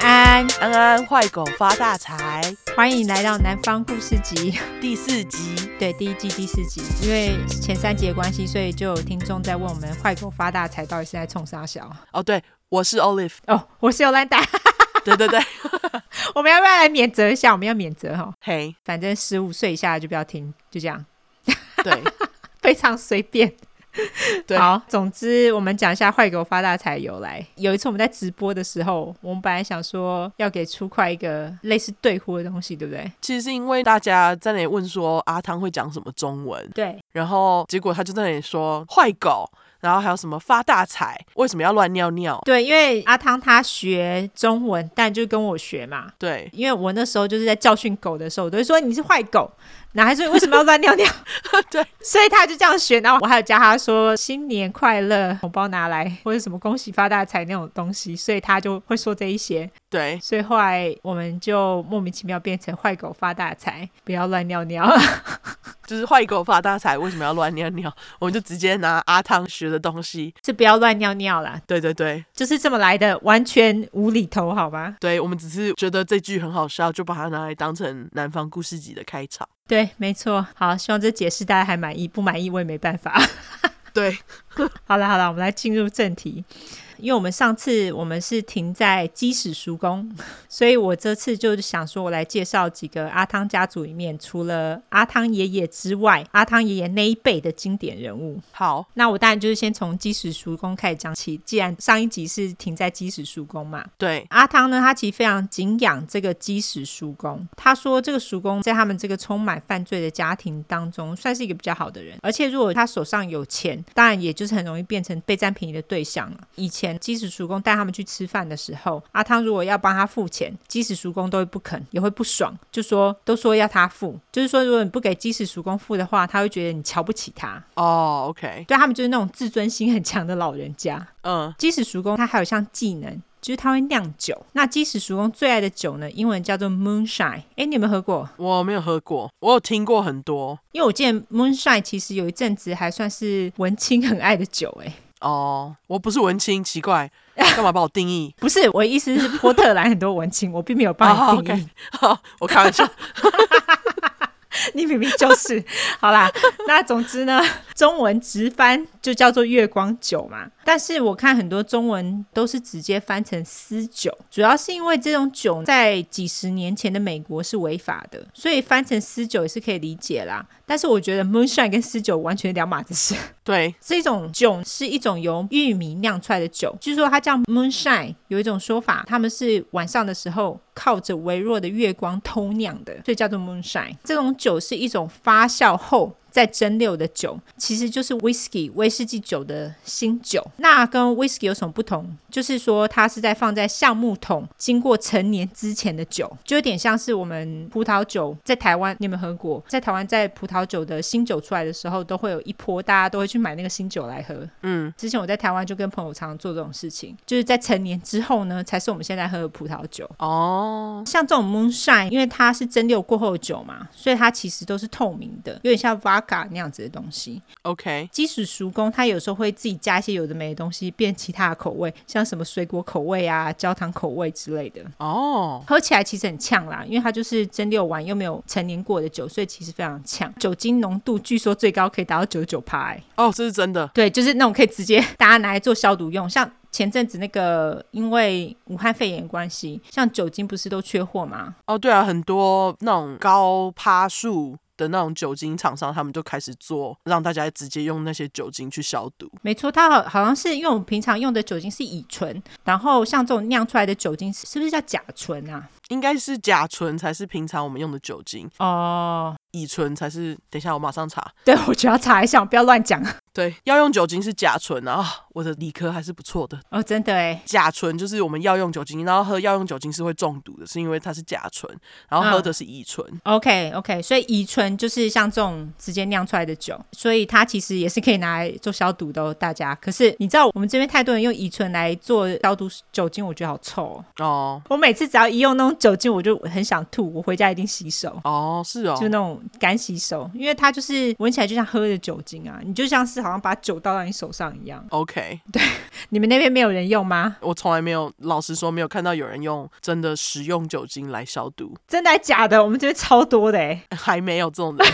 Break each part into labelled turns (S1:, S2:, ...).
S1: 安安坏狗发大财
S2: 欢迎来到南方故事集，
S1: 第四集，
S2: 对，第一季第四集，因为前三集的关系，所以就有听众在问我们坏狗发大财到底是在冲啥小
S1: 哦，对，我是 Olive，
S2: 哦，我是尤兰达，
S1: 对对对，
S2: 我们要不要来免责一下？我们要免责哈，
S1: 嘿，
S2: 反正十五岁以下就不要听，就这样，
S1: 对
S2: 非常随便。
S1: 对
S2: 好，总之我们讲一下坏狗发大财的由来。有一次我们在直播的时候，我们本来想说要给出快一个类似对呼的东西，对不对？
S1: 其实是因为大家在那里问说阿汤会讲什么中文，
S2: 对，
S1: 然后结果他就在那里说坏狗，然后还有什么发大财，为什么要乱尿尿？
S2: 对，因为阿汤他学中文，但就跟我学嘛。
S1: 对，
S2: 因为我那时候就是在教训狗的时候，我都会说你是坏狗，然后还说你为什么要乱尿尿？
S1: 对，
S2: 所以他就这样学。然后我还有教他说新年快乐，红包拿来，或者什么恭喜发大财那种东西，所以他就会说这一些。
S1: 对，
S2: 所以后来我们就莫名其妙变成坏狗发大财，不要乱尿尿。
S1: 就是坏狗发大财，为什么要乱尿尿？我们就直接拿阿汤学的东西，
S2: 是不要乱尿尿啦，
S1: 对对对
S2: 就是这么来的，完全无厘头，好吗？
S1: 对，我们只是觉得这句很好笑，就把它拿来当成南方故事集的开场。
S2: 对，没错。好，希望这解释大家还满意，不满意我也没办法。
S1: 对，
S2: 好了好了，我们来进入正题。因为我们上次我们是停在鸡屎叔公， 所以我这次就是想说，我来介绍几个阿汤家族里面除了阿汤爷爷之外，阿汤爷爷那一辈的经典人物。
S1: 好，
S2: 那我当然就是先从鸡屎叔公开始讲起。既然上一集是停在鸡屎叔公嘛，
S1: 对，
S2: 阿汤呢，他其实非常敬仰这个基石叔公。他说，这个叔公在他们这个充满犯罪的家庭当中，算是一个比较好的人。而且，如果他手上有钱，当然也就是很容易变成被占便宜的对象了。以前基石叔公带他们去吃饭的时候，阿汤如果要帮他付钱，基石叔公都会不肯，也会不爽，就说都说要他付，就是说如果你不给基石叔公付的话，他会觉得你瞧不起他。
S1: 哦，OK，
S2: 对他们就是那种自尊心很强的老人家。
S1: 嗯，
S2: 基石熟工它还有项技能，就是它会酿酒。那基石熟工最爱的酒呢，英文叫做 moonshine。哎，你有没有喝过？
S1: 我没有喝过，我有听过很多
S2: 因为我记得 moonshine 其实有一阵子还算是文青很爱的酒、诶，哎，？
S1: 哦。我不是文青，奇怪，干嘛把我定义
S2: 不是，我的意思是波特兰很多文青，我并没有
S1: 哦
S2: 帮你定义，
S1: 好，我开玩笑。
S2: 你明明就是。好啦，那总之呢，中文直翻就叫做月光酒嘛。但是我看很多中文都是直接翻成私酒，主要是因为这种酒在几十年前的美国是违法的，所以翻成私酒也是可以理解啦。但是我觉得 moonshine 跟私酒完全两码子事。
S1: 对，
S2: 这种酒是一种由玉米酿出来的酒，据说它叫 moonshine。有一种说法，他们是晚上的时候靠着微弱的月光偷酿的，所以叫做 moonshine。这种酒是一种发酵后。再蒸馏的酒其实就是 whisky 威士忌酒的新酒。那跟 whisky 有什么不同？就是说它是在放在橡木桶经过陈年之前的酒，就有点像是我们葡萄酒在台湾，你有没有喝过？在台湾在葡萄酒的新酒出来的时候，都会有一波大家都会去买那个新酒来喝。
S1: 嗯，
S2: 之前我在台湾就跟朋友常常做这种事情，就是在成年之后呢，才是我们现在喝的葡萄酒。
S1: 哦，
S2: 像这种 moonshine，因为它是蒸馏过后的酒嘛，所以它其实都是透明的，有点像 vodka 那样子的东西。
S1: ，OK，
S2: 即使熟工，它有时候会自己加一些有的没的东西，变其他的口味，像什么水果口味啊、焦糖口味之类的。
S1: 哦，
S2: 喝起来其实很呛啦，因为它就是蒸馏完又没有陈年过的酒，所以其实非常呛。酒精浓度据说最高可以达到九九趴，欸
S1: 哦，这是真的。
S2: 对，就是那种可以直接 大家拿来做消毒用，像。前阵子那个，因为武汉肺炎的关系，像酒精不是都缺货吗？
S1: 哦，对啊，很多那种高趴数的那种酒精厂商，他们就开始做，让大家直接用那些酒精去消毒。
S2: 没错，它好好像是因为我们平常用的酒精是乙醇，然后像这种酿出来的酒精是不是叫甲醇啊？
S1: 应该是甲醇才是平常我们用的酒精，
S2: 哦，
S1: 乙醇才是。等一下，我马上查。
S2: 对，我就要查一下，我不要乱讲。
S1: 对，要用酒精是甲醇啊、我的理科还是不错的。
S2: 哦，真的哎，
S1: 甲醇就是我们药用酒精，然后喝药用酒精是会中毒的，是因为它是甲醇，然后喝的是乙醇。
S2: OK OK，所以乙醇就是像这种直接酿出来的酒，所以它其实也是可以拿来做消毒的、哦，大家。可是你知道我们这边太多人用乙醇来做消毒酒精，我觉得好臭、哦。
S1: 哦
S2: 我每次只要一用那种酒精，我就很想吐，我回家一定洗手。
S1: 哦，是哦
S2: 就，那种干洗手，因为它就是闻起来就像喝的酒精啊，你就像是好好像把酒倒到你手上一样。
S1: OK，
S2: 你们那边没有人用吗？
S1: 我从来没有，老实说没有看到有人用真的食用酒精来消毒，
S2: 真的还假的？我们这边超多的哎、
S1: 还没有这种人。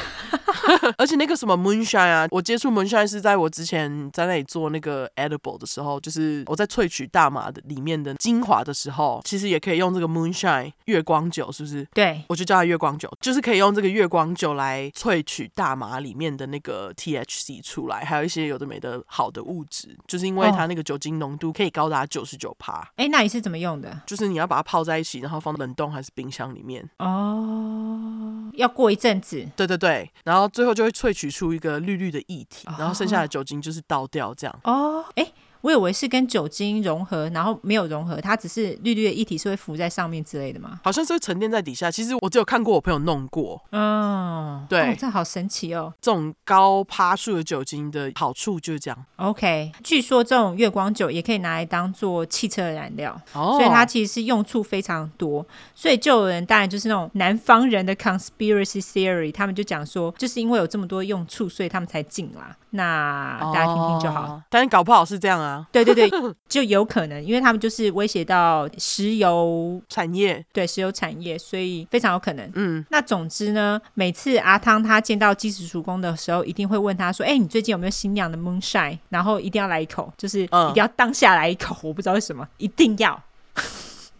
S1: 而且那个什么 moonshine 啊，我接触 moonshine 是在我之前在那里做那个 edible 的时候，就是我在萃取大麻的里面的精华的时候，其实也可以用这个 moonshine 月光酒，是不是？
S2: 对，
S1: 我就叫它月光酒，就是可以用这个月光酒来萃取大麻里面的那个 THC 出来，还有一些有的没的好的物质，就是因为
S2: 嗯
S1: 它那个酒精浓度可以高达九十九趴，
S2: 哎、那你是怎么用的？
S1: 就是你要把它泡在一起，然后放冷冻还是冰箱里面，
S2: 哦，要过一阵子，
S1: 对对对，然后最后就会萃取出一个绿绿的液体，然后剩下的酒精就是倒掉这样。
S2: 哦，哎、我以为是跟酒精融合，然后没有融合，它只是绿绿的液体是会浮在上面之类的嘛。
S1: 好像是会沉淀在底下，其实我只有看过我朋友弄过
S2: 嗯，
S1: 对
S2: 哦，这好神奇哦。
S1: 这种高趴数的酒精的好处就是这样
S2: OK，据说这种月光酒也可以拿来当做汽车的燃料，
S1: 哦，
S2: 所以它其实是用处非常多。所以就有人当然就是那种南方人的 conspiracy theory，他们就讲说，就是因为有这么多用处，所以他们才进啦。那大家听听就好。
S1: 哦但是搞不好是这样啊，
S2: 对对对，就有可能，因为他们就是威胁到石油，
S1: 产业，
S2: 对石油产业，所以非常有可能。
S1: 嗯。
S2: 那总之呢，每次阿汤他见到基石主公的时候，一定会问他说：“哎、你最近有没有新酿的 moonshine？” 然后一定要来一口，就是一
S1: 嗯
S2: 定要当下来一口，我不知道为什么，一定要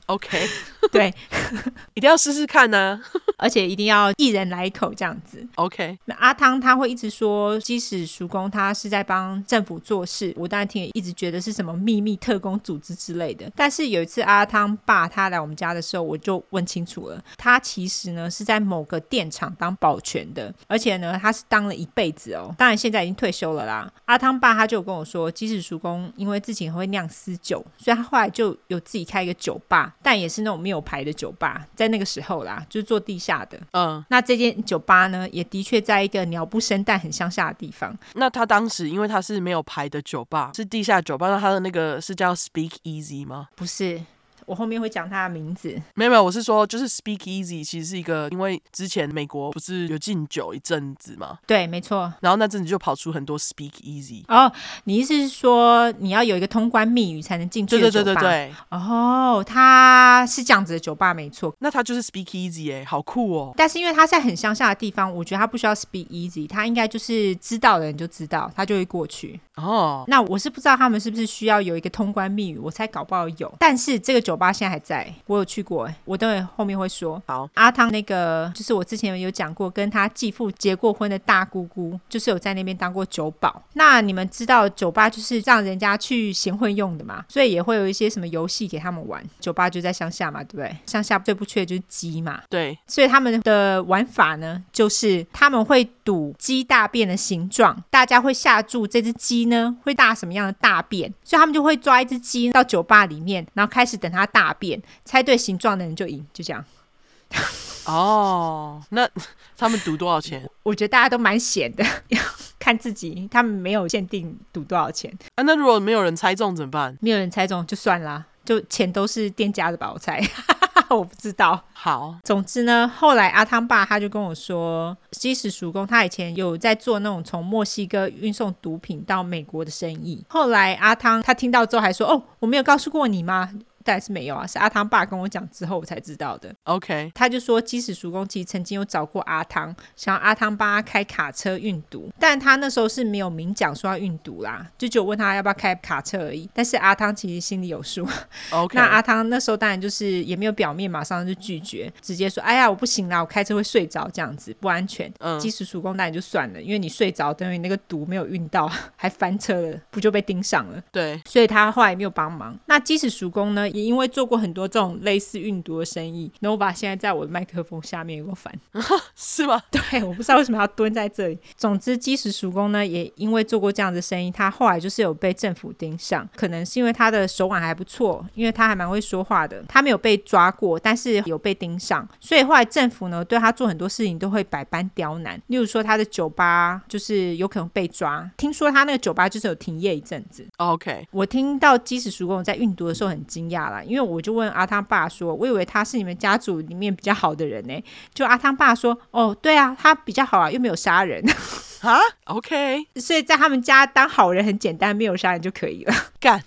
S1: OK，
S2: 对，
S1: 一定要试试看呢、
S2: 而且一定要一人来一口这样子。
S1: OK，
S2: 那阿汤他会一直说，基石叔公他是在帮政府做事，我当然听也一直觉得是什么秘密特工组织之类的。但是有一次阿汤爸他来我们家的时候，我就问清楚了，他其实呢是在某个电厂当保全的，而且呢他是当了一辈子哦，当然现在已经退休了啦。阿汤爸他就有跟我说，基石叔公因为自己很会酿私酒，所以他后来就有自己开一个酒吧，但也是那种没有牌的酒吧，在那个时候啦，就是做地下的。
S1: 嗯，
S2: 那这间酒吧呢，也的确在一个鸟不生蛋、很乡下的地方。
S1: 那他当时因为他是没有牌的酒吧，是地下酒吧，那他的那个是叫 Speak Easy 吗？
S2: 不是，我后面会讲它的名字。
S1: 没有没有，我是说就是 Speak Easy 其实是一个，因为之前美国不是有禁酒一阵子嘛，
S2: 对，没错。
S1: 然后那阵子就跑出很多 Speak Easy，
S2: 哦，你意思是说你要有一个通关密语才能进去
S1: 对
S2: 的
S1: 对
S2: 酒
S1: 对
S2: 吧？
S1: 对对，
S2: 哦，它是这样子的酒吧，没错。
S1: 那他就是 Speak Easy 哎、好酷哦。
S2: 但是因为它在很乡下的地方，我觉得它不需要 speak easy，它应该就是知道的人就知道，他就会过去。
S1: 哦，
S2: 那我是不知道他们是不是需要有一个通关密语，我猜搞不好有。但是这个酒吧现在还在，我有去过、欸，我等会后面会说。
S1: 好，
S2: 阿汤那个就是我之前有讲过，跟他继父结过婚的大姑姑，就是有在那边当过酒保。那你们知道酒吧就是让人家去闲混用的嘛，所以也会有一些什么游戏给他们玩。酒吧就在乡下嘛，对不对？乡下最不缺的就是鸡嘛，
S1: 对，
S2: 所以他们的玩法呢，就是他们会赌鸡大便的形状，大家会下注这只鸡呢会大什么样的大便，所以他们就会抓一只鸡到酒吧里面，然后开始等它大便，猜对形状的人就赢，就这样。
S1: 哦，那 他们赌多少钱
S2: 我觉得大家都蛮闲的， 要看自己，他们没有限定赌多少钱，
S1: 啊？那如果没有人猜中怎么办？
S2: 没有人猜中就算啦，就钱都是店家的吧，我猜。 我不知道，
S1: 好，
S2: 总之呢，后来阿汤爸他就跟我说，即使叔公他以前有在做那种从墨西哥运送毒品到美国的生意。后来阿汤他听到之后还说：“哦，我没有告诉过你吗？”但是没有啊，是阿汤爸跟我讲之后我才知道的。
S1: OK，
S2: 他就说，即使叔公其实曾经有找过阿汤，想要阿汤帮他开卡车运毒，但他那时候是没有明讲说要运毒啦，就只有问他要不要开卡车而已。但是阿汤其实心里有数，
S1: OK，
S2: 那阿汤那时候当然就是也没有表面马上就拒绝，直接说：“哎呀，我不行啦，我开车会睡着，这样子不安全。”
S1: 嗯
S2: 即使叔公当然就算了，因为你睡着，等于那个毒没有运到，还翻车了，不就被盯上了？
S1: 对，
S2: 所以他后来没有帮忙。那即使叔公呢，也因为做过很多这种类似运毒的生意。Nova 现在在我的麦克风下面有个烦
S1: 是吗？
S2: 对，我不知道为什么要蹲在这里。总之，基石叔公呢，也因为做过这样的生意，他后来就是有被政府盯上，可能是因为他的手腕还不错，因为他还蛮会说话的。他没有被抓过，但是有被盯上，所以后来政府呢，对他做很多事情都会百般刁难。例如说，他的酒吧就是有可能被抓，听说他那个酒吧就是有停业一阵子，
S1: 哦 OK，
S2: 我听到基石叔公在运毒的时候很惊讶啦，因为我就问阿汤爸说，我以为他是你们家族里面比较好的人呢、就阿汤爸说，哦，对啊，他比较好啊，又没有杀人。
S1: 啊，OK，
S2: 所以在他们家当好人很简单，没有杀人就可以了。
S1: 干。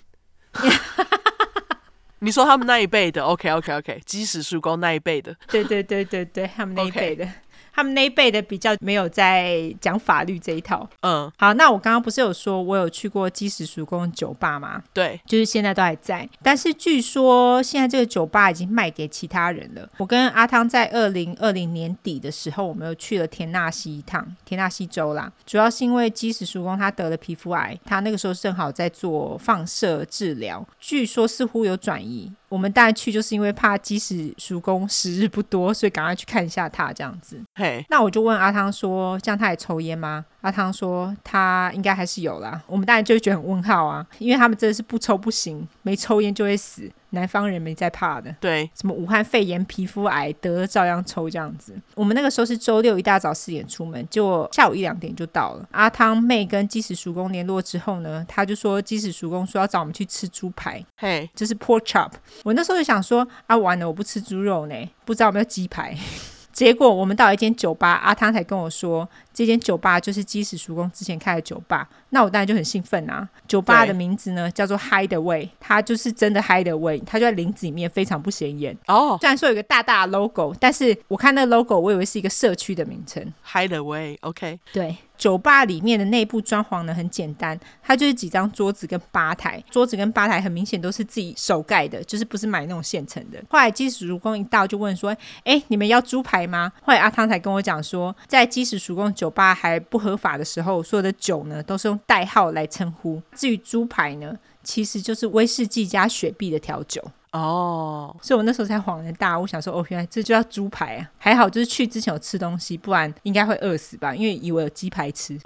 S1: 你说他们那一辈的，OK OK OK，基石树高那一辈的，
S2: 对对对对对，他们那一
S1: OK
S2: 辈的他们那一辈的比较没有在讲法律这一套。
S1: 嗯，
S2: 好，那我刚刚不是有说我有去过基石叔公酒吧吗？
S1: 对，
S2: 就是现在都还在，但是据说现在这个酒吧已经卖给其他人了。我跟阿汤在二零二零年底的时候，我们又去了田纳西一趟，田纳西州啦，主要是因为基石叔公他得了皮肤癌，他那个时候正好在做放射治疗，据说似乎有转移。我们带去就是因为怕基石叔公时日不多，所以赶快去看一下他这样子。
S1: 嘿，
S2: 那我就问阿汤说：“这样他还抽烟吗？”阿汤说：“他应该还是有啦。”我们当然就会觉得很问号啊，因为他们真的是不抽不行，没抽烟就会死，南方人没在怕的。
S1: 对，
S2: 什么武汉肺炎、皮肤癌得了照样抽这样子。我们那个时候是周六一大早四点出门，结果下午一两点就到了。阿汤妹跟基石叔公联络之后呢，他就说基石叔公说要找我们去吃猪排，
S1: 嘿，
S2: 就是 pork chop。我那时候就想说，啊完了，我不吃猪肉呢，不知道有没有鸡排。 结果我们到一间酒吧，阿汤才跟我说，这间酒吧就是基石叔公之前开的酒吧。那我当然就很兴奋啊！酒吧
S1: 对
S2: 的名字呢叫做 Hideaway，它就是真的 Hideaway，它就在林子里面，非常不显眼。
S1: 哦、
S2: 虽然说有一个大大的 logo，但是我看那个 logo，我以为是一个社区的名称。
S1: h i d e away，OK，、
S2: 对，酒吧里面的内部装潢呢很简单，它就是几张桌子跟吧台，桌子跟吧台很明显都是自己手盖的，就是不是买那种现成的。后来基石叔公一到就问说：“哎，你们要猪排吗？”后来阿汤才跟我讲说，在基石叔公酒吧还不合法的时候，所有的酒呢都是用代号来称呼，至于猪排呢，其实就是威士忌加雪碧的调酒。
S1: 哦、
S2: 所以我那时候才恍然大悟，想说哦，原来这就叫猪排啊！还好就是去之前有吃东西，不然应该会饿死吧，因为以为有鸡排吃。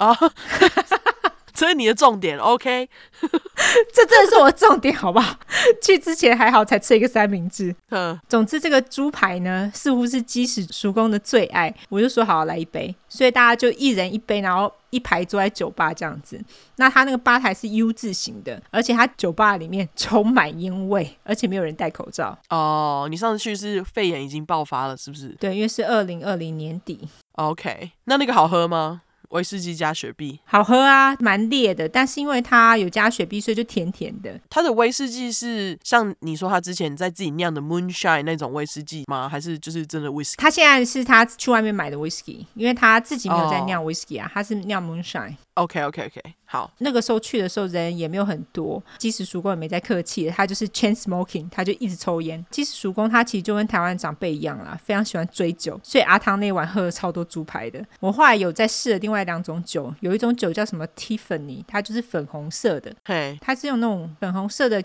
S1: 这是你的重点，OK，
S2: 这真的是我的重点，好不 好？去之前还好才吃一个三明治。
S1: 嗯，
S2: 总之，这个猪排呢，似乎是基石叔公的最爱，我就说好来一杯，所以大家就一人一杯，然后一排坐在酒吧这样子。那他那个吧台是 U 字形的，而且他酒吧里面充满烟味，而且没有人戴口罩。
S1: 哦、你上次去是肺炎已经爆发了，是不是
S2: 对，因为是二零二零年底，
S1: ？OK，那那个好喝吗？威士忌加雪碧，
S2: 好喝啊，蛮烈的，但是因为它有加雪碧，所以就甜甜的。
S1: 它的威士忌是像你说他之前在自己酿的 moonshine 那种威士忌吗？还是就是真的 whisky？
S2: 他现在是他去外面买的 whisky，因为他自己没有在
S1: 哦
S2: 酿 whisky 啊，他是酿 moonshine。
S1: OK OK OK，好，
S2: 那个时候去的时候人也没有很多，基石叔公也没在客气，他就是 chain smoking，他就一直抽烟。基石叔公他其实就跟台湾长辈一样啦，非常喜欢追酒，所以阿汤那晚喝了超多猪排的。我后来有在试了另外两种酒，有一种酒叫什么 Tiffany，它就是粉红色的，
S1: 嘿，
S2: 它是用那种粉红色的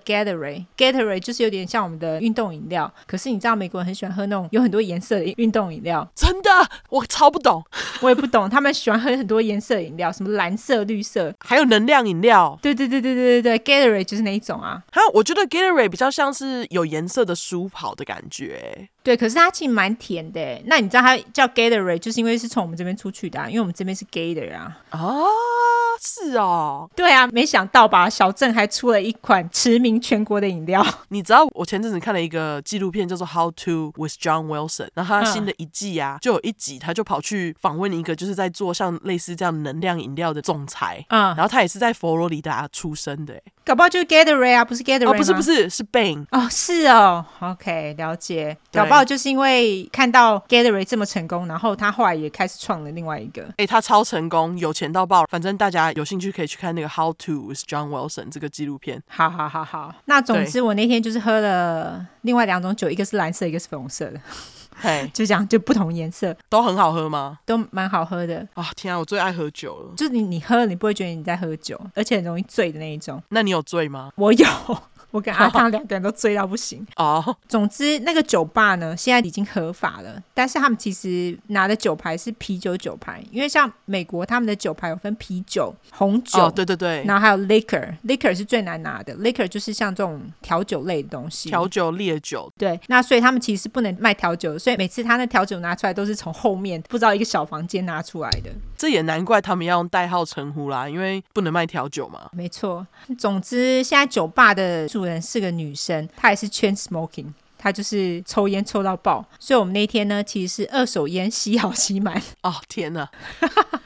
S2: Gatorade，Gatorade 就是有点像我们的运动饮料，可是你知道美国人很喜欢喝那种有很多颜色的运动饮料，
S1: 真的我超不懂，
S2: 我也不懂，他们喜欢喝很多颜色饮料，什么蓝色、绿色，
S1: 还有能量饮料。
S2: 对对对对对对对，Gatorade 就是那一种啊。
S1: 哈，我觉得 Gatorade 比较像是有颜色的舒跑的感觉。
S2: 对，可是它其实蛮甜的欸。那你知道它叫 Gatorade，就是因为是从我们这边出去的、啊，因为我们这边是 Gator 啊。
S1: 哦，是哦，
S2: 对啊，没想到吧？小镇还出了一款驰名全国的饮 料。
S1: 你知道我前阵子看了一个纪录片，叫做《How to with John Wilson》，然后他
S2: 嗯
S1: 新的一季啊，就有一集他就跑去访问一个就是在做像类似这样能量饮料的总裁。
S2: 嗯，
S1: 然后他也是在佛罗里达出生的欸，
S2: 搞不好就是 Gatorade 啊，不是 Gatorade
S1: 哦，不是
S2: 吗
S1: 不是，是 Bang，
S2: 哦，是哦，OK，了解。
S1: 对
S2: 搞不好就是因为看到 Gatorade 这么成功，然后他后来也开始创了另外一个。
S1: 哎、他超成功，有钱到爆。反正大家有兴趣可以去看那个《How to with John Wilson》这个纪录片。
S2: 好好好好，那总之我那天就是喝了另外两种酒，一个是蓝色，一个是粉红色的，
S1: 嘿，
S2: 就这样，就不同颜色
S1: 都很好喝吗？
S2: 都蛮好喝的。
S1: 啊，天啊，我最爱喝酒了。
S2: 就是你你喝了，你不会觉得你在喝酒，而且很容易醉的那一种。
S1: 那你有醉吗？
S2: 我有，我跟阿汤两个人都醉到不行。
S1: 哦，
S2: 总之，那个酒吧呢，现在已经合法了，但是他们其实拿的酒牌是啤酒酒牌，因为像美国他们的酒牌有分啤酒、红酒。
S1: 哦，对对对，
S2: 然后还有 liquor，liquor 是最难拿的，liquor 就是像这种调酒类的东西。
S1: 调酒、烈酒，
S2: 对，那所以他们其实是不能卖调酒的，所以每次他那调酒拿出来都是从后面不知道一个小房间拿出来的。
S1: 这也难怪他们要用代号称呼啦，因为不能卖调酒嘛。
S2: 没错，总之现在酒吧的主人是个女生，她也是 chain smoking。他就是抽烟抽到爆，所以我们那天呢其实是二手烟吸好吸满，
S1: 哦，天 哪，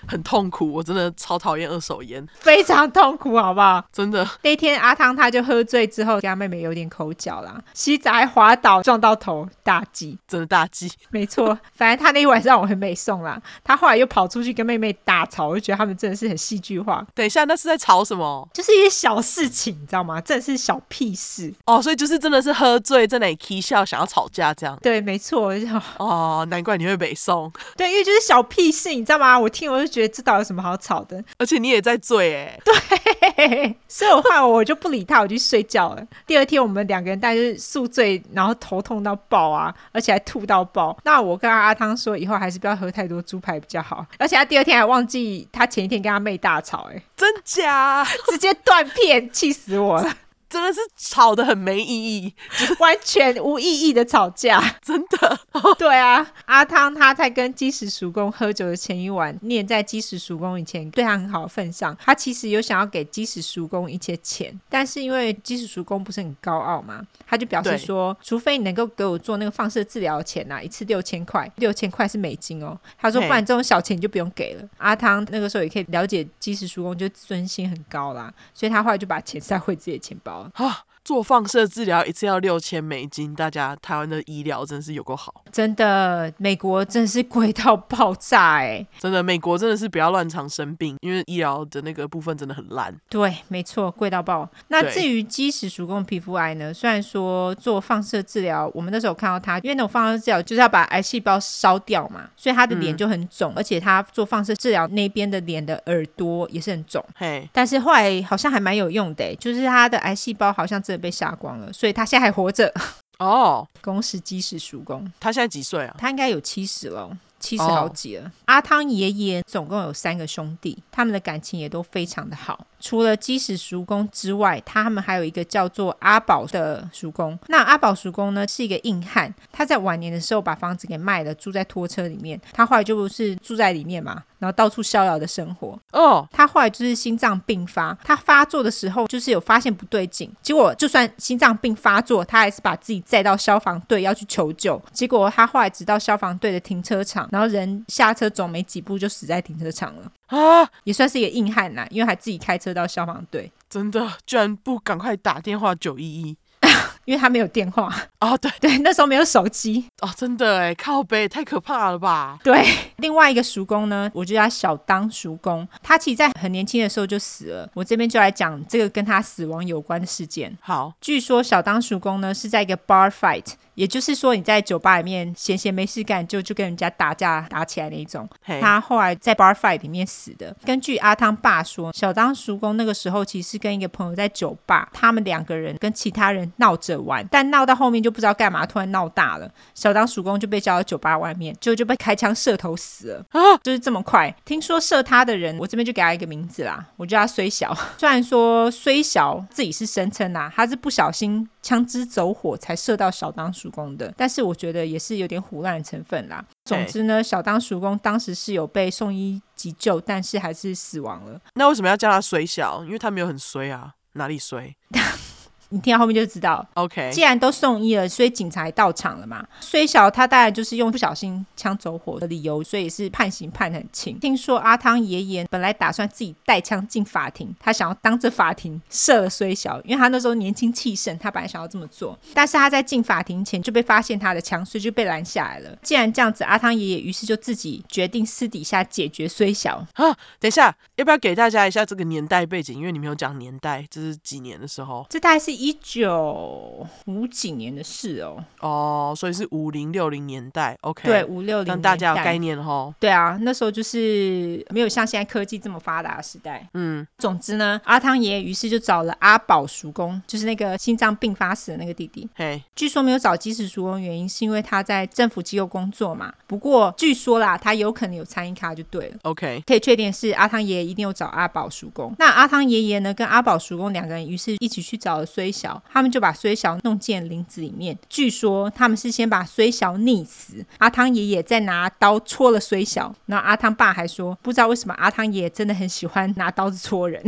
S1: 很痛苦，我真的超讨厌二手烟，
S2: 非常痛苦，好不好？
S1: 真的。
S2: 那天阿汤他就喝醉之后，跟他妹妹有点口角啦，西仔还滑倒撞到头，大忌。
S1: 真的大忌，
S2: 没错，反正他那一晚上我很美送啦。他后来又跑出去跟妹妹大吵，我就觉得他们真的是很戏剧化，
S1: 等一下，那是在吵什么？
S2: 就是一些小事情，你知道吗？真的是小屁事。
S1: 哦，所以就是真的是喝醉在那里 k 笑，想要吵架这样。
S2: 对，没错，我就想
S1: 哦，难怪你会北宋，
S2: 对，因为就是小屁事，你知道吗？我听我就觉得这到底有什么好吵的？
S1: 而且你也在醉哎。
S2: 嘿嘿嘿所以我后来我就不理他，我就去睡觉了。第二天我们两个人大概就是宿醉，然后头痛到爆啊，而且还吐到爆。那我跟阿汤说，以后还是不要喝太多猪排比较好。而且他第二天还忘记他前一天跟他妹大吵、欸，
S1: 真假？
S2: 直接断片，气死我了，
S1: 真的是吵得很没意义，
S2: 完全无意义的吵架。
S1: 真的。
S2: 对啊，阿汤他在跟基石叔公喝酒的前一晚，念在基石叔公以前对他很好的份上，他其实有想要给基石叔公一些钱，但是因为基石叔公不是很高傲嘛，他就表示
S1: 对
S2: 说，除非你能够给我做那个放射治疗的钱啊，一次六千块，六千块是美金哦。他说，
S1: 嘿
S2: 不然这种小钱你就不用给了。阿汤那个时候也可以了解基石叔公就自尊心很高啦，所以他后来就把钱塞回自己的钱包了。
S1: 啊，做放射治疗一次要六千美金，大家台湾的医疗真是有够好，
S2: 真的，美国真是贵到爆炸哎、
S1: 真的，美国真的是不要乱常生病，因为医疗的那个部分真的很烂。
S2: 对，没错，贵到爆。那
S1: 对
S2: 至于基石属共皮肤癌呢？虽然说做放射治疗，我们那时候看到他，因为那种放射治疗就是要把癌细胞烧掉嘛，所以他的脸就很肿，而且他做放射治疗那边的脸的耳朵也是很肿。
S1: 嘿，
S2: 但是后来好像还蛮有用的欸，就是他的癌细胞好像真的被杀光了，所以他现在还活着。
S1: 哦，
S2: 恭喜基石属共。
S1: 他现在几岁啊？
S2: 他应该有七十了。七十
S1: 哦
S2: 好几了。阿汤爷爷总共有三个兄弟，他们的感情也都非常的好。除了基石叔公之外，他们还有一个叫做阿宝的叔公。那阿宝叔公呢是一个硬汉，他在晚年的时候把房子给卖了，住在拖车里面。他后来就不是住在里面嘛，然后到处逍遥的生活。
S1: 哦，
S2: 他后来就是心脏病发，他发作的时候就是有发现不对劲，结果就算心脏病发作，他还是把自己载到消防队要去求救，结果他后来直到消防队的停车场，然后人下车走没几步就死在停车场了，
S1: 啊，
S2: 也算是一个硬汉啦，因为还自己开车到消防队，
S1: 真的，居然不赶快打电话九一一。
S2: 因为他没有电话，
S1: 哦，对，
S2: 对，那时候没有手机，
S1: 哦，真的哎，靠背太可怕了吧？
S2: 对，另外一个叔公呢，我就叫他小当叔公，他其实在很年轻的时候就死了，我这边就来讲这个跟他死亡有关的事件。
S1: 好，
S2: 据说小当叔公呢是在一个 bar fight，也就是说你在酒吧里面闲闲没事干就就跟人家打架打起来那一种。
S1: 嘿，
S2: 他后来在 bar fight 里面死的。根据阿汤爸说，小当叔公那个时候其实跟一个朋友在酒吧，他们两个人跟其他人闹着玩，但闹到后面就不知道干嘛，突然闹大了。小当叔公就被叫到酒吧外面，结果就被开枪射头死了。
S1: 啊
S2: 就是这么快。听说射他的人，我这边就给他一个名字啦，我叫他虽小。 虽然说虽小自己是声称啦、他是不小心枪支走火才射到小当叔公的，但是我觉得也是有点胡乱的成分啦。总之呢，小当叔公当时是有被送医急救，但是还是死亡了。
S1: 那为什么要叫他水小？因为他没有很衰啊，哪里衰
S2: 你听到后面就知道，
S1: ？OK，
S2: 既然都送医了，所以警察也到场了嘛。虽小他当然就是用不小心枪走火的理由，所以是判刑判得很轻。听说阿汤爷爷本来打算自己带枪进法庭，他想要当着法庭射了虽小，因为他那时候年轻气盛，他本来想要这么做，但是他在进法庭前就被发现他的枪，所以就被拦下来了。既然这样子，阿汤爷爷于是就自己决定私底下解决虽小。
S1: 啊，等一下，要不要给大家一下这个年代背景？因为你没有讲年代，这是几年的时候
S2: 这大概是一九五几年的事哦，
S1: 哦，所以是五零六零年代，OK，
S2: 对，，五六零
S1: 让大家有
S2: 年代
S1: 概念哦。
S2: 对啊，那时候就是没有像现在科技这么发达的时代。
S1: 嗯，
S2: 总之呢，阿汤爷爷于是就找了阿宝叔公，就是那个心脏病发死的那个弟弟。
S1: 嘿，
S2: 据说没有找基石叔公，原因是因为他在政府机构工作嘛。不过据说啦，他有可能有参与卡就对了。
S1: ，OK，
S2: 可以确定是阿汤爷爷一定有找阿宝叔公。那阿汤爷爷呢，跟阿宝叔公两个人于是一起去找了虽小，他们就把虽小弄进了林子里面。据说他们是先把虽小溺死，阿汤爷爷再拿刀戳了虽小。然后阿汤爸还说，不知道为什么阿汤爷爷真的很喜欢拿刀子戳人。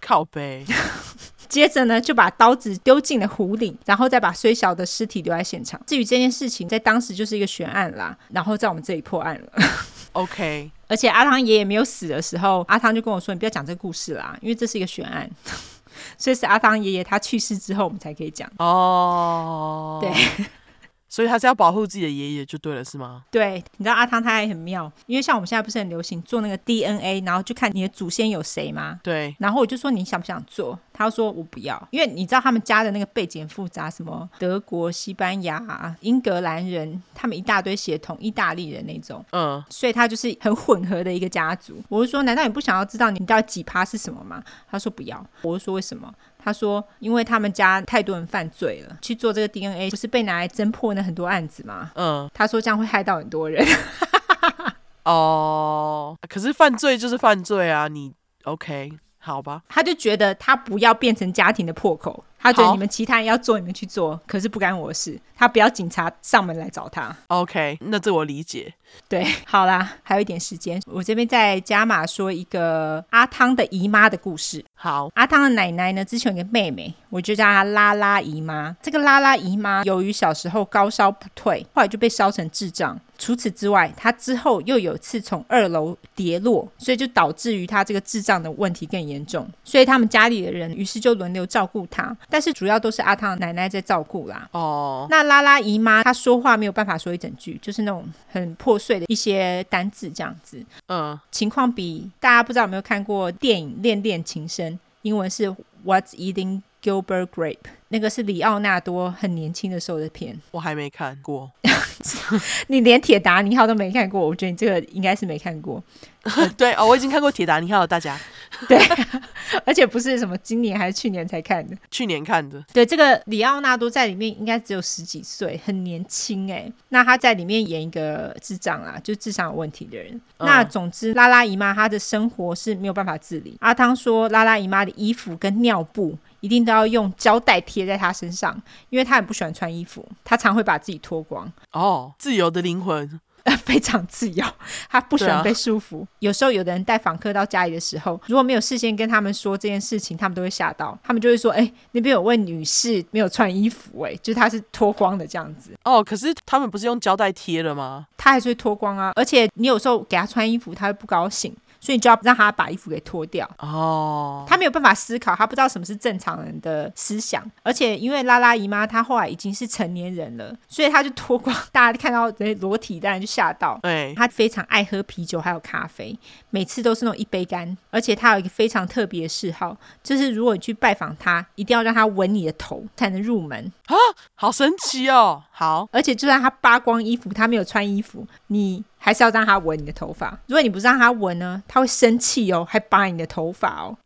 S1: 靠背，
S2: 接着呢，就把刀子丢进了湖里，然后再把虽小的尸体留在现场。至于这件事情，在当时就是一个悬案啦，然后在我们这里破案了。
S1: OK，
S2: 而且阿汤爷爷没有死的时候，阿汤就跟我说：“你不要讲这个故事啦，因为这是一个悬案。” 所以是阿汤爷爷他去世之后，我们才可以讲。
S1: 哦，
S2: 对，
S1: 所以他是要保护自己的爷爷就对了，是吗？
S2: 对，你知道阿汤他也很妙，因为像我们现在不是很流行做那个 DNA，然后就看你的祖先有谁吗？
S1: 对，
S2: 然后我就说你想不想做？他说我不要，因为你知道他们家的那个背景很复杂，什么德国、西班牙、英格兰人，他们一大堆血统，意大利人那种，
S1: 嗯，
S2: 所以他就是很混合的一个家族。 我就说，难道你不想要知道你到底几趴是什么吗？他说不要。我就说为什么？他说因为他们家太多人犯罪了，去做这个 DNA 不是被拿来侦破那很多案子吗？
S1: 嗯，
S2: 他说这样会害到很多人。
S1: 哦，可是犯罪就是犯罪啊，你 OK 好吧？
S2: 他就觉得他不要变成家庭的破口，他觉得
S1: 好
S2: 你们其他人要做你们去做，可是不干我的事，他不要警察上门来找他。
S1: OK，那这我理解。
S2: 对，好啦，还有一点时间，我这边再加码说一个阿汤的姨妈的故事。
S1: 好，
S2: 阿汤的奶奶呢，之前有个妹妹，我就叫她拉拉姨妈。这个拉拉姨妈由于小时候高烧不退，后来就被烧成智障。除此之外，她之后又有次从二楼跌落，所以就导致于她这个智障的问题更严重。所以他们家里的人于是就轮流照顾她，但是主要都是阿汤的奶奶在照顾啦。
S1: 哦，
S2: 那拉拉姨妈她说话没有办法说一整句，就是那种很破碎的一些单字这样子。
S1: 嗯，
S2: 情况比大家不知道有没有看过电影《恋恋情深》，英文是 What's Eating Gilbert Grape，那个是里奥纳多很年轻的时候的片。
S1: 我还没看过，
S2: 你连《铁达尼号》都没看过，我觉得你这个应该是没看过，
S1: 对哦，我已经看过《铁达尼号》了，大家
S2: 而且不是什么今年还是去年才看的。
S1: 去年看的，
S2: 对，这个里奥纳多在里面应该只有十几岁，很年轻哎。那他在里面演一个智障啦，就智商有问题的人。
S1: 嗯
S2: 那总之，拉拉姨妈她的生活是没有办法自理。阿汤说，拉拉姨妈的衣服跟尿布一定都要用胶带贴在她身上，因为她很不喜欢穿衣服，她常会把自己脱光。
S1: 哦，《自由的灵魂》
S2: 呃， 非常自由，她不喜欢
S1: 对啊
S2: 被束缚。有时候有的人带访客到家里的时候，如果没有事先跟他们说这件事情，他们都会吓到，他们就会说：“哎、那边有位女士没有穿衣服、哎，就是她是脱光的这样子。”
S1: 哦，可是他们不是用胶带贴了吗？
S2: 她还是会脱光啊，而且你有时候给她穿衣服，她会不高兴，所以你就要让她把衣服给脱掉。
S1: 哦，
S2: 她没有办法思考，她不知道什么是正常人的思想，而且因为拉拉姨妈她后来已经是成年人了，所以她就脱光， 大家看到人裸体，当然就吓到。
S1: 哎、
S2: 他非常爱喝啤酒，还有咖啡，每次都是那种一杯干。而且他有一个非常特别的嗜好，就是如果你去拜访他，一定要让他闻你的头才能入门。
S1: 好神奇哦，好，
S2: 而且就算他扒光衣服，他没有穿衣服，你还是要让他闻你的头发。如果你不让他闻呢，他会生气哦，还拔你的头发哦。？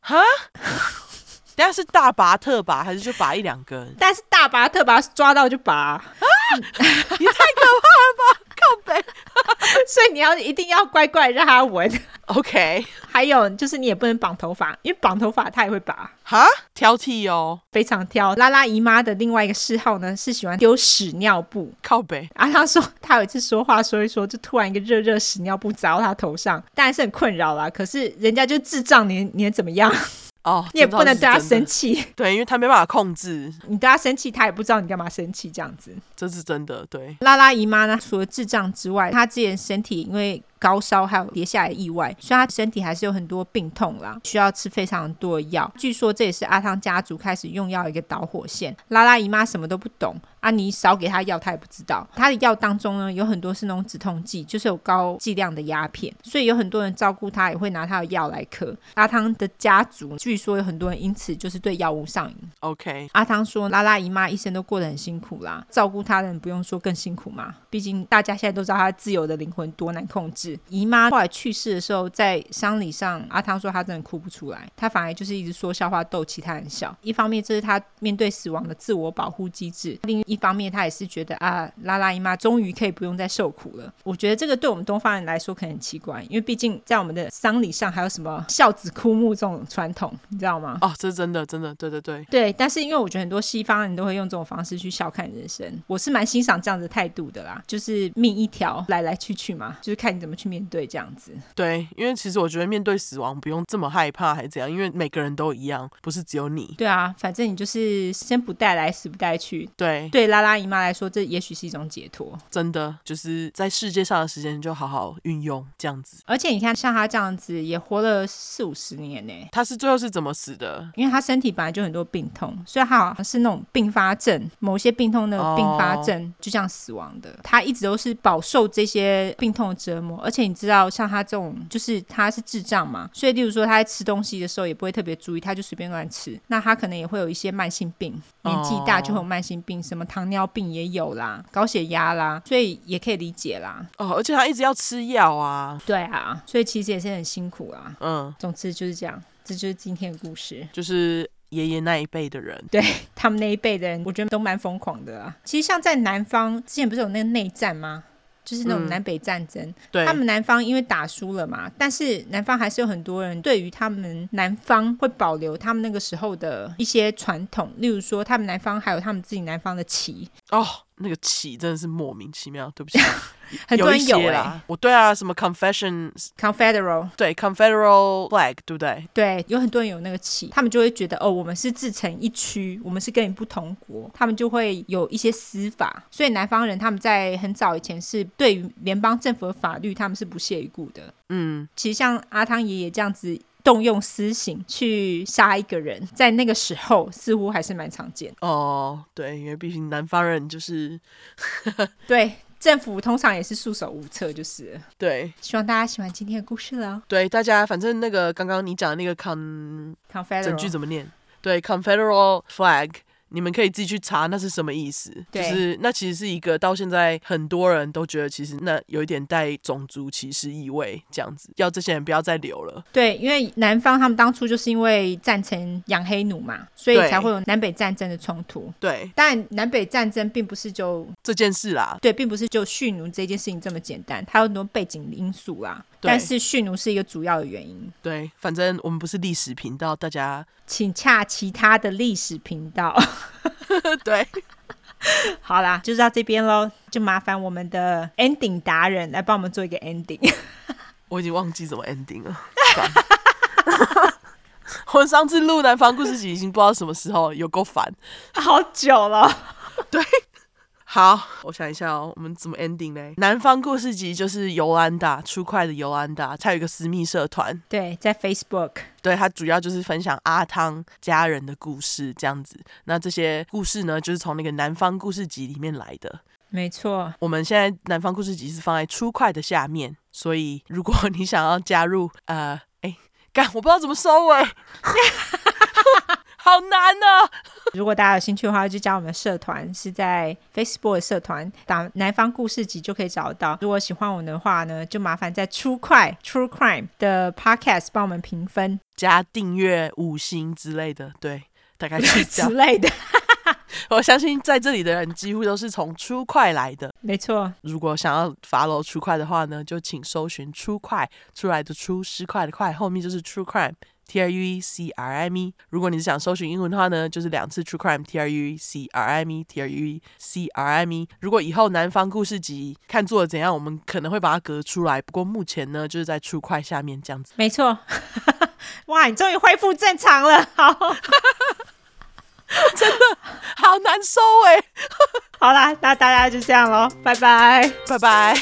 S1: 等下是大拔特拔还是就拔一两根
S2: 但是大拔特拔抓到就拔，
S1: 你太可怕了吧，
S2: 所以你要一定要乖乖让他闻。
S1: 靠背。OK，
S2: 还有就是你也不能绑头发，因为绑头发他也会拔。
S1: 哈，挑剔哦，
S2: 非常挑。拉拉姨妈的另外一个嗜好呢，是喜欢丢屎尿布。
S1: 靠背。
S2: 阿汤说，他有一次说话说一说，就突然一个热热屎尿布砸到他头上，当然是很困扰啦。可是人家就智障，你你能怎么样？
S1: 哦，
S2: 你也
S1: 这倒
S2: 不能
S1: 是
S2: 对他
S1: 真的
S2: 生气，
S1: 对，因为他没办法控制，
S2: 你对他生气，他也不知道你干嘛生气这样子。
S1: 这是真的。对，
S2: 拉拉姨妈呢，除了智障之外，她之前身体因为高烧还有跌下来的意外，所以她身体还是有很多病痛啦，需要吃非常多的药。据说这也是阿汤家族开始用药一个导火线。拉拉姨妈什么都不懂，啊，你少给她药她也不知道。她的药当中呢，有很多是那种止痛剂，就是有高剂量的鸦片，所以有很多人照顾她也会拿她的药来嗑。阿汤的家族据说有很多人因此就是对药物上瘾。
S1: OK，
S2: 阿汤说，拉拉姨妈一生都过得很辛苦啦，照顾她的人不用说更辛苦嘛。毕竟大家现在都知道她自由的灵魂多难控制。姨妈后来去世的时候，在丧礼上，阿汤说她真的哭不出来，她反而就是一直说笑话逗其他人笑。一方面这是她面对死亡的自我保护机制，另一方面她也是觉得啊，拉拉姨妈终于可以不用再受苦了。我觉得这个对我们东方人来说可能很奇怪，因为毕竟在我们的丧礼上还有什么孝子哭墓这种传统，你知道吗？
S1: 哦，这是真的，真的，对对对，
S2: 对，但是因为我觉得很多西方人都会用这种方式去笑看人生，我是蛮欣赏这样的态度的啦，就是命一条，来来去去嘛，就是看你怎么么去面对这样子。
S1: 对，因为其实我觉得面对死亡不用这么害怕，还怎样，因为每个人都一样，不是只有你。
S2: 对啊，反正你就是生不带来，死不带去。
S1: 对，
S2: 对拉拉姨妈来说，这也许是一种解脱。
S1: 真的就是在世界上的时间就好好运用，这样子。
S2: 而且你看，像她这样子也活了四五十年呢、
S1: 他是最后是怎么死的？
S2: 因为她身体本来就很多病痛，所以她好像是那种并发症，某些病痛的并发症、就这样死亡的。她一直都是饱受这些病痛的折磨，而且你知道，像她这种就是她是智障嘛，所以例如说她在吃东西的时候也不会特别注意，她就随便乱吃。那她可能也会有一些慢性病，年纪大就会有慢性病，什么糖尿病也有啦，高血压啦，所以也可以理解啦。
S1: 哦，而且他一直要吃药啊。
S2: 对啊，所以其实也是很辛苦啊。
S1: 嗯，
S2: 总之就是这样，这就是今天的故事。
S1: 就是爷爷那一辈的人。
S2: 他们那一辈的人，我觉得都蛮疯狂的啊。其实像在南方，之前不是有那个内战吗？就是那种
S1: 嗯
S2: 南北战争，
S1: 对，
S2: 他们南方因为打输了嘛，但是南方还是有很多人对于他们南方会保留他们那个时候的一些传统，例如说他们南方还有他们自己南方的旗，
S1: 哦，那个起真的是莫名其妙， 对不起。
S2: 很多人
S1: 一些
S2: 有哎、
S1: 啦，我对啊，什么 confession，
S2: Confederal，
S1: 对 confederal flag，对不对？
S2: 对，有很多人有那个气，他们就会觉得哦，我们是自成一区，我们是跟你不同国，他们就会有一些司法。所以南方人他们在很早以前是对于联邦政府的法律，他们是不屑一顾的。
S1: 嗯，
S2: 其实像阿汤爷爷这样子。动用私刑去杀一个人，在那个时候似乎还是蛮常见的。
S1: 哦，对，因为毕竟南方人就是
S2: 对，政府通常也是束手无策，就是了
S1: 对
S2: 希望大家喜欢今天的故事了。哦
S1: 对，大家反正那个刚刚你讲的那个 con 整句
S2: Confederal，
S1: 怎么念？对，confederal flag。你们可以自己去查那是什么意思，就
S2: 对
S1: 是那其实是一个到现在很多人都觉得其实那有一点带种族歧视意味，这样子，要这些人不要再留了。
S2: 对，因为南方他们当初就是因为赞成养黑奴嘛，所以
S1: 对
S2: 才会有南北战争的冲突。
S1: 对
S2: 但南北战争并不是就
S1: 这件事啦，
S2: 对，并不是就蓄奴这件事情这么简单，它有很多背景因素啦。
S1: 对
S2: 但是蓄奴是一个主要的原因，
S1: 对，反正我们不是历史频道，大家
S2: 请洽其他的历史频道。
S1: 对
S2: 好啦，就到这边喽，就麻烦我们的 ending 达人来帮我们做一个 ending。
S1: 我已经忘记怎么 ending 了。干 我上次录南方故事集已经不知道什么时候，有够烦。
S2: 好久了，
S1: 好，我想一下哦，我们怎么 ending 呢？南方故事集就是尤兰达出快的尤兰达，他有一个私密社团，
S2: 对，在 Facebook
S1: 对他主要就是分享阿汤家人的故事这样子。那这些故事呢，就是从那个南方故事集里面来的。
S2: 没错，
S1: 我们现在南方故事集是放在初快的下面，所以如果你想要加入，呃，哎，干，我不知道怎么收尾， 好难哦呢、
S2: 如果大家有兴趣的话，就加我们的社团，是在 Facebook 的社团，打“南方故事集”就可以找得到。如果喜欢我们的话呢，就麻烦在 True Crime True Crime 的 Podcast 帮我们评分
S1: 加订阅、五星之类的，对，大概是
S2: 之
S1: 这 样。
S2: 类的。
S1: 我相信在这里的人几乎都是从初快来的。
S2: 没错，
S1: 如果想要 follow 初快的话呢，就请搜寻初快，出来的出，失快的快，后面就是 true crime。T R U E C R I M E，如果你是想搜寻英文的话呢，就是两次 True Crime，T R U E C R I M E，T R U E C R I M E。如果以后南方故事集看做的怎样，我们可能会把它隔出来。不过目前呢，就是在 True Crime 下面这样子。
S2: 没错。 哇，你终于恢复正常了，好，
S1: 好难收哎、欸
S2: 好啦，那大家就这样喽，拜拜。
S1: 拜拜。